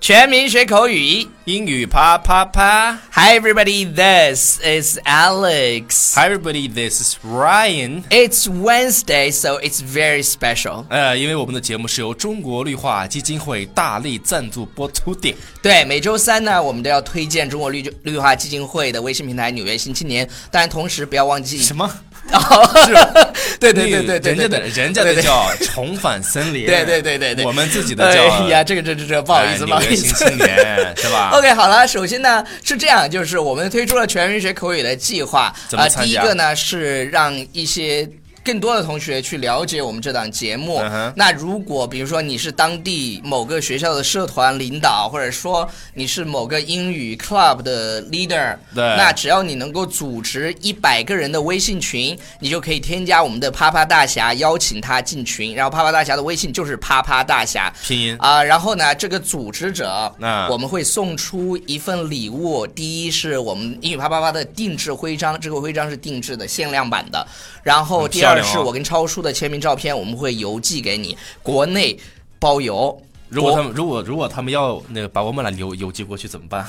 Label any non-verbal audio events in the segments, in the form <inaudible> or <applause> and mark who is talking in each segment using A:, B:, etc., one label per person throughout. A: 全民学口语。
B: 英语啪啪啪。
A: Hi everybody, this is Alex.
B: Hi everybody, this is Ryan。
A: It's Wednesday, so it's very special.
B: 呃，因为我们的节目是由中国绿化基金会大力赞助播出的。
A: 对，每周三呢，我们都要推荐中国绿绿化基金会的微信平台《纽约新青年》，当然同时不要忘记
B: 什么？
A: 哦，对对对对对，
B: 人家的
A: 对
B: 人家
A: 对
B: 的
A: 对
B: 叫重返森
A: <laughs>
B: 林。
A: 对对对对对，
B: 我们自己的叫。
A: 哎呀，这个这这这，不
B: 不
A: 好意思，不好意
B: 新
A: 思。
B: 青年是吧
A: <laughs> OK，好了，首先呢是这样，就是我们推出了全民学口语的计划，
B: 怎么
A: 啊，
B: 参
A: 第一
B: 加
A: 个呢是让一些。更多的同学去了解我们这档节目。
B: 嗯哼
A: 那如果比如说你是当地某个学校的社团领导，或者说你是某个英语 club 的 leader，
B: 对
A: 那只要你能够组织一百个人的微信群，你就可以添加我们的啪啪大侠，邀请他进群。然后啪啪大侠的微信就是啪啪大侠，
B: 拼音
A: 啊、然后呢，这个组织者，
B: 那
A: 我们会送出一份礼物。第一是我们英语啪啪啪的定制徽章，这个徽章是定制的限量版的。然后
B: 嗯
A: 第
B: 漂
A: 二
B: 亮哦
A: 是我跟超叔的签名照片，我们会邮寄给你，国内包邮。
B: 如果
A: 国
B: 他们如果如果他们要那个把我们俩邮邮寄过去怎么办？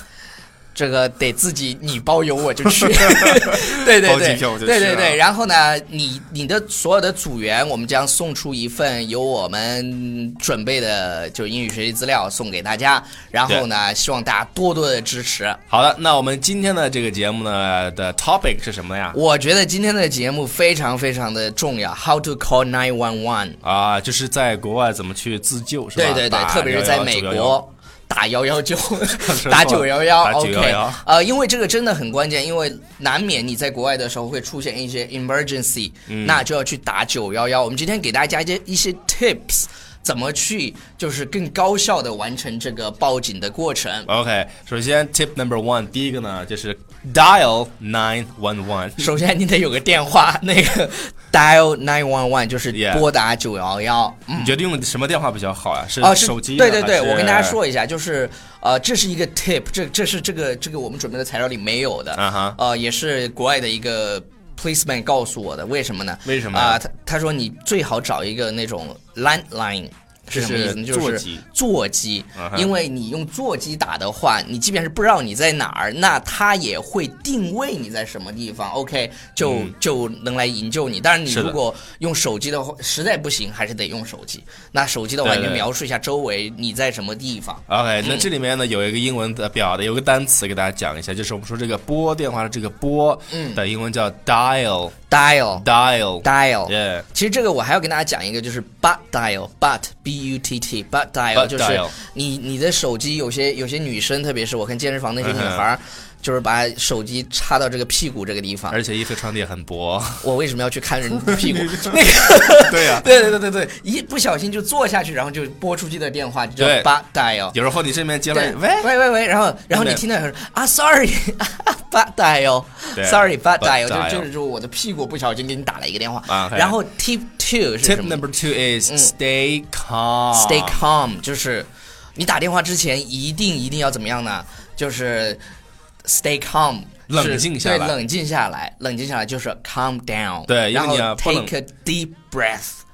A: 这个得自己你包邮我就
B: <laughs>
A: 去，对对
B: 包
A: 对
B: 机票我就去
A: 对对对。
B: 了
A: 然后呢，你你的所有的组员，我们将送出一份由我们准备的就英语学习资料送给大家。然后呢，希望大家多多的支持。
B: 好的，那我们今天的这个节目呢的 topic 是什么呀？
A: 我觉得今天的节目非常非常的重要，How to call nine one one。
B: 啊，就是在国外怎么去自救是吧？
A: 对对对
B: 打，啊
A: 特别是在美
B: 119
A: 国。打幺幺
B: <laughs>
A: 九，打九幺幺
B: 打
A: ，OK，
B: 911
A: 呃，因为这个真的很关键，因为难免你在国外的时候会出现一些 emergency，、那
B: 嗯
A: 就要去打九幺幺。我们今天给大家一些一些 tips，怎么去就是更高效的完成这个报警的过程。
B: OK，首先 tip number one，第一个呢就是 dial nine one one。
A: 首先你得有个电话，那个 dial nine one one 就是
B: Yeah
A: 拨打九幺幺，嗯。
B: 你觉得用什么电话比较好呀、是
A: 啊，是
B: 手机呢、
A: 对对对，
B: 还是
A: 我跟大家。说一下，就是呃，这是一个 tip，这这是这个这个我们准备的材料里没有的，
B: 啊哈
A: 呃，也是国外的一个 policeman 告诉我的，为什么呢？
B: 为什么呀
A: 啊、他他说你最好找一个那种 landline。是什么意思呢？
B: 就是
A: 就是
B: 座机
A: 座机
B: 啊哈
A: 因为你用座机打的话，你即便是不知道你在哪儿，那它也会定位你在什么地方。OK，就、就能来营救你。当然，你
B: 嗯是的
A: 如果用手机的话，实在不行还是得用手机。那手机的话，
B: 对
A: 你
B: 对
A: 就描述一下周围你在什么地方。
B: OK，那这里面呢有一个英文的表的，有个单词给大家讲一下，就是我们说这个拨电话的这个拨的英文叫 dial
A: Dial
B: dial
A: 嗯 dial，
B: yeah
A: 其实这个我还要跟大家讲一个，就是 butt dial butt b u t t butt dial，
B: Butt
A: 就是
B: dial
A: 你你的手机有些有些女生，特别是我看健身房那些女孩儿，就是把手机插到这个屁股这个地方。
B: 而且衣服穿的也很薄。
A: 我为什么要去看人屁股？那个
B: 对呀
A: 对对对对对，一不小心就坐下去，然后就拨出去的电话就叫
B: 对
A: butt dial。
B: <laughs> 有时候你这边接来，
A: 对，
B: 喂，
A: 喂喂喂，然后然后你
B: 对
A: 听到有人说啊，sorry，八大哟
B: 对
A: ，sorry 八大
B: bad
A: 哟，
B: dial
A: 就就是说我的屁股不小心给你打了一个电话
B: 啊，，OK
A: 然后 tip two 是
B: Tip
A: 什么嗯
B: number two is stay calm.
A: ？Stay calm，就是你打电话之前一定一定要怎么样呢？就是 stay calm。是
B: 冷静下来
A: 对，冷静下来，冷静下来就是 calm down，
B: 对因为
A: 然后
B: 你啊不能
A: take a deep
B: <laughs>
A: breath，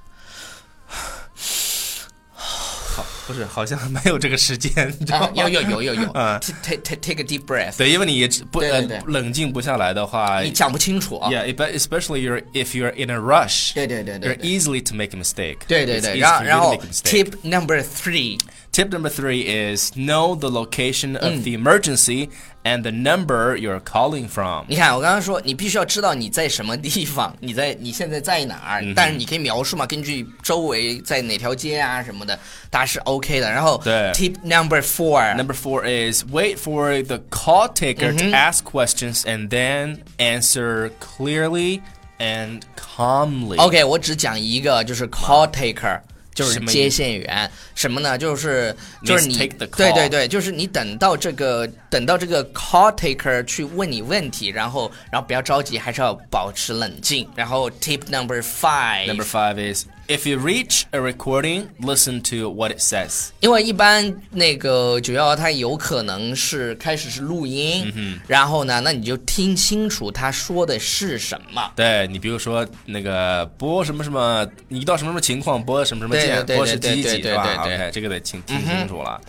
B: 好，不是，好像没有这个时间，你知道吗
A: 啊，？有有有有有
B: 嗯
A: ，take take take a deep breath，
B: 对，因为你不
A: 对对
B: 呃
A: 对
B: 冷静不下来的话
A: 你讲不清楚啊，
B: ，yeah，but especially you're if you're in a rush，
A: 对对对对
B: you're
A: 对
B: easily to make a mistake。
A: 对对
B: It's
A: 对，
B: easy
A: 然
B: for
A: 后
B: you
A: 然
B: to
A: 后
B: make a mistake.
A: tip number three，
B: tip number three is know the location
A: Mm.
B: of the emergency and the number you're calling from。
A: 你看我刚刚说你必须要知道你在什么地方，你在你现在在哪
B: 嗯
A: 儿，但是你可以描述嘛，根据周围在哪条街啊什么的，大家是 OK 的。然后
B: 对
A: tip number four，
B: Number four is wait for the call taker
A: Mm-hmm.
B: to ask questions and then answer clearly and calmly.
A: OK，我只讲一个，就是 call taker，就是
B: 什么意思
A: 接线员。什么呢？就是就是你
B: Mistake the call
A: 对对对，就是你等到这个等到这个 call taker 去问你问题，然后然后不要着急，还是要保持冷静。然后 tip number five。
B: Number five is if you reach a recording, listen to what it says.
A: 因为一般那个九幺幺它有可能是开始是录音，然后呢，那你就听清楚他说的是什么。
B: 对你，比如说那个播什么什么，你遇到什么什么情况，播什么什么
A: 对
B: 键，
A: 对对
B: 播是
A: 对
B: 几
A: 对
B: 几，
A: 对
B: 是吧
A: 对对
B: ？OK，这个得听听清楚了。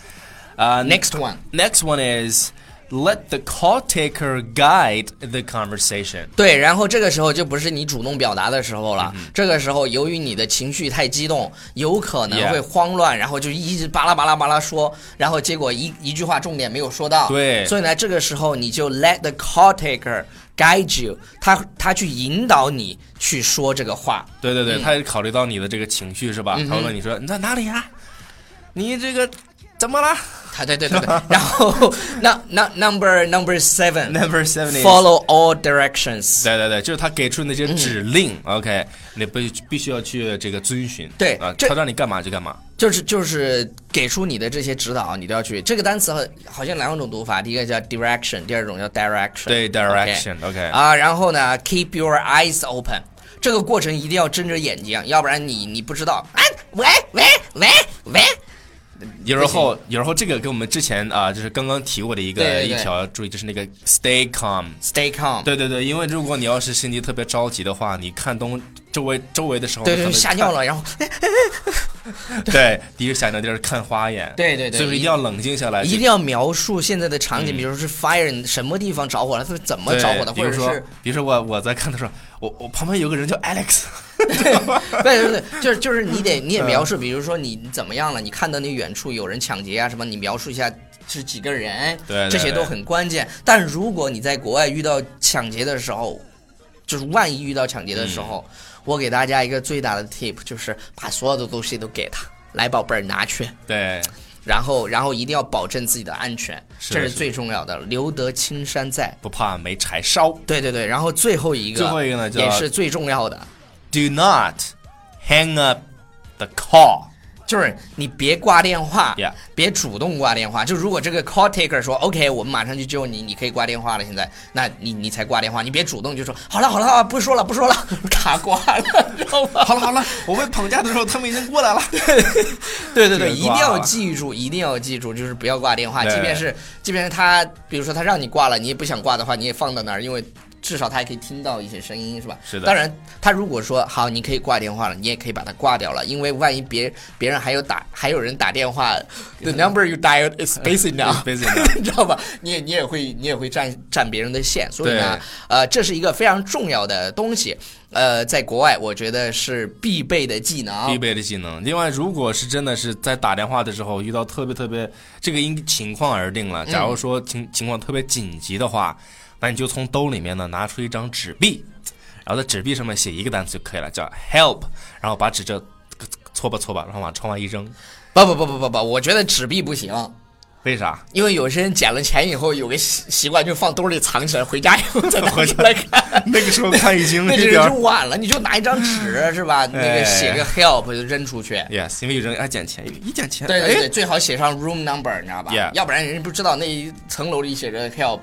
B: Uh,
A: Next one.
B: Next one is let the call taker guide the conversation.
A: 对，然后这个时候就不是你主动表达的时候了。这个时候，由于你的情绪太激动，有可能
B: Yeah
A: 会慌乱然后就一直巴拉巴拉巴拉说，然后结果一一句话重点没有说到。
B: 对
A: 所以呢，这个时候你就 let the call taker guide you，他他去引导你去说这个话。
B: 对对对，
A: 嗯
B: 他也考虑到你的这个情绪是吧？他会问你说你在哪里呀？你这个怎么了 <laughs>
A: 他对对对对，然后那那 number number seven
B: ？Number seven is
A: follow all directions。
B: 对对对，就是他给出那些指
A: 嗯
B: 令、o k 你必必须要去这个遵循。
A: 对
B: 啊，
A: 这
B: 他让你干嘛就干嘛。
A: 就是就是给出你的这些指导，你都要去。这个单词好好像两种读法，第一个叫 direction，第二种叫 direction。
B: 对
A: OK
B: ，direction，OK，、
A: 啊，然后呢，keep your eyes open，这个过程一定要睁着眼睛，要不然你你不知道。啊，喂喂喂喂，
B: 有时候，有时候这个跟我们之前啊、就是刚刚提过的一个
A: 对对对
B: 一条注意，就是那个 stay calm。
A: Stay calm。
B: 对对对，因为如果你要是心情特别着急的话，你看东周围周围的时候，
A: 对
B: 你可
A: 对，
B: 能
A: 吓尿了，然后
B: 看。 <laughs> 对，第一个想到就是看花眼。
A: 对对对
B: 所以说一定要冷静下来。
A: 一定要描述现在的场景，比如说是 fire 什么地方着火了，它是怎么
B: 对
A: 着火的，
B: 比
A: 或
B: 如
A: 者
B: 说
A: 是，
B: 比如说我我在看的时候，我我旁边有个人叫
A: <laughs>
B: Alex。
A: 对对对，就是就是你得你也描述，比如说你怎么样了，你看到那远处有人抢劫啊什么，你描述一下是几个人，
B: 对对
A: 这些都
B: 对
A: 很关键。但如果你在国外遇到抢劫的时候，就是万一遇到抢劫的时
B: 嗯
A: 候，我给大家一个最大的 tip，就是把所有的东西都给他，来宝贝儿拿去，
B: 对，
A: 然后然后一定要保证自己的安全，
B: 是
A: 这
B: 的
A: 是
B: 是的
A: 最重要的，留得青山在。
B: 不怕没柴烧。
A: 对对对，然后最后一个，
B: 最后一个呢叫
A: 也是最重要的，
B: Do not hang up the call。
A: 就是你别挂电话
B: Yeah
A: 别主动挂电话。就如果这个 call taker 说 OK，我们马上去救你，你可以挂电话了，现在，那你你才挂电话，你别主动就说好了好了啊，不说了不说了， <laughs> 卡挂了，知道吗？
B: 好了好了，我被绑架的时候，他们已经过来 <laughs> 了。
A: 对对对，
B: 这个
A: 一
B: 挂
A: 定要
B: 了
A: 记住，一定要记住，就是不要挂电话，
B: 对
A: 即便是即便是他，比如说他让你挂了，你也不想挂的话，你也放到那儿，因为。至少他还可以听到一些声音，是吧？
B: 是的
A: 当然，他如果说好，你可以挂电话了，你也可以把它挂掉了，因为万一别别人还有打还有人打电话，the number you
B: 呃
A: dialed is busy now，
B: It's busy now
A: <laughs> 你知道吧？你也你也会你也会占占别人的线，所以呢
B: 对，
A: 呃，这是一个非常重要的东西，呃，在国外我觉得是必备的技能，
B: 必备的技能。另外，如果是真的是在打电话的时候遇到特别特别这个因情况而定了，假如说情情况特别紧急的话，那你就从兜里面呢拿出一张纸币，然后在纸币上面写一个单词就可以了，叫 help，然后把纸这搓吧搓吧，然后往窗外一扔。
A: 不不不不不不，我觉得纸币不行，
B: 为啥？。
A: 因为有些人捡了钱以后有个习习惯，就放兜里藏起来，回家以后再拿出来看
B: <laughs> 那个时候看已 <laughs> 经
A: 那
B: 有
A: 只
B: 点
A: 是
B: 儿
A: 晚了，你就拿一张
B: 哎
A: 纸是吧？那个写个 help 就扔出去。
B: yes，因为有人爱捡钱，一捡钱，
A: <laughs> 对对对，
B: 哎，
A: 最好写上 room number，你知道吧
B: Yeah
A: 要不然人家不知道那一层楼里写着 help。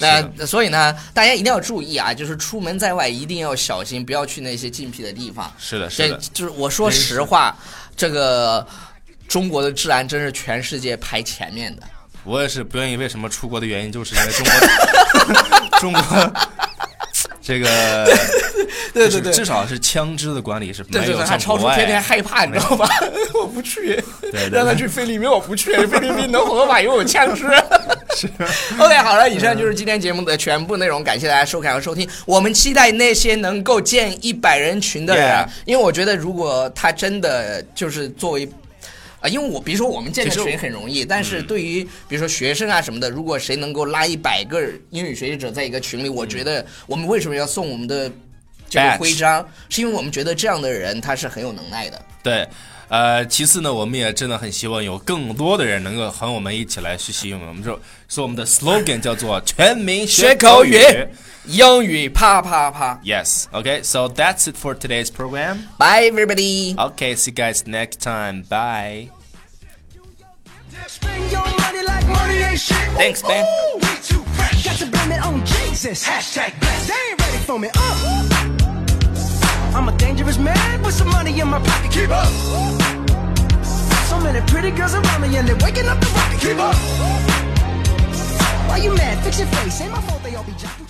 B: 是
A: 那所以呢，大家一定要注意啊，就是出门在外一定要小心，不要去那些禁僻的地方。
B: 是的，是
A: 这
B: 的。
A: 就是我说实话，这个中国的治安真是全世界排前面的。
B: 我也是不愿意为什么出国的原因，就是因为中国，中国 <laughs> 这个
A: 对
B: 就是至少是枪支的管理是
A: 对
B: 没
A: 对
B: 有
A: 对，他
B: 像
A: 超
B: 国
A: 出天天
B: 外。
A: 害怕，你知道吧？ <laughs> 我不去，
B: 对对
A: 让他去菲律宾，我不去，菲律宾能合法拥有枪支。是 <laughs> OK，好了，
B: 嗯
A: 以上就是今天节目的全部内容，感谢大家收看和收听。我们期待那些能够建一百人群的人
B: Yeah，
A: 因为我觉得如果他真的就是作为。啊，因为我比如说我们建个
B: 其实我嗯
A: 群很容易，但是对于比如说学生啊什么的，如果谁能够拉一百个英语学习者在一个群里，我
B: 嗯
A: 觉得我们为什么要送我们的这个
B: Badge
A: 徽章，是因为我们觉得这样的人他是很有能耐的。
B: 对，呃，其次呢，我们也真的很希望有更多的人能够和我们一起来学习英语。我们说，说我们的 slogan 叫做“全民
A: 学口
B: 口
A: 语英语啪啪啪
B: Yes，OK，so、that's it for today's program.
A: ，Bye everybody。
B: Okay, see you guys next time. Bye.
C: Just spend your money like money ain't shit.
A: Thanks, man.
C: Ooh, we too fresh. Got to blame it on Jesus. Hashtag blessed. They ain't ready for me. Uh. I'm a dangerous man with some money in my pocket. Keep up. So many pretty girls around me and they're waking up the rocket. Keep up. Why you mad? Fix your face. Ain't my fault they all be jacking.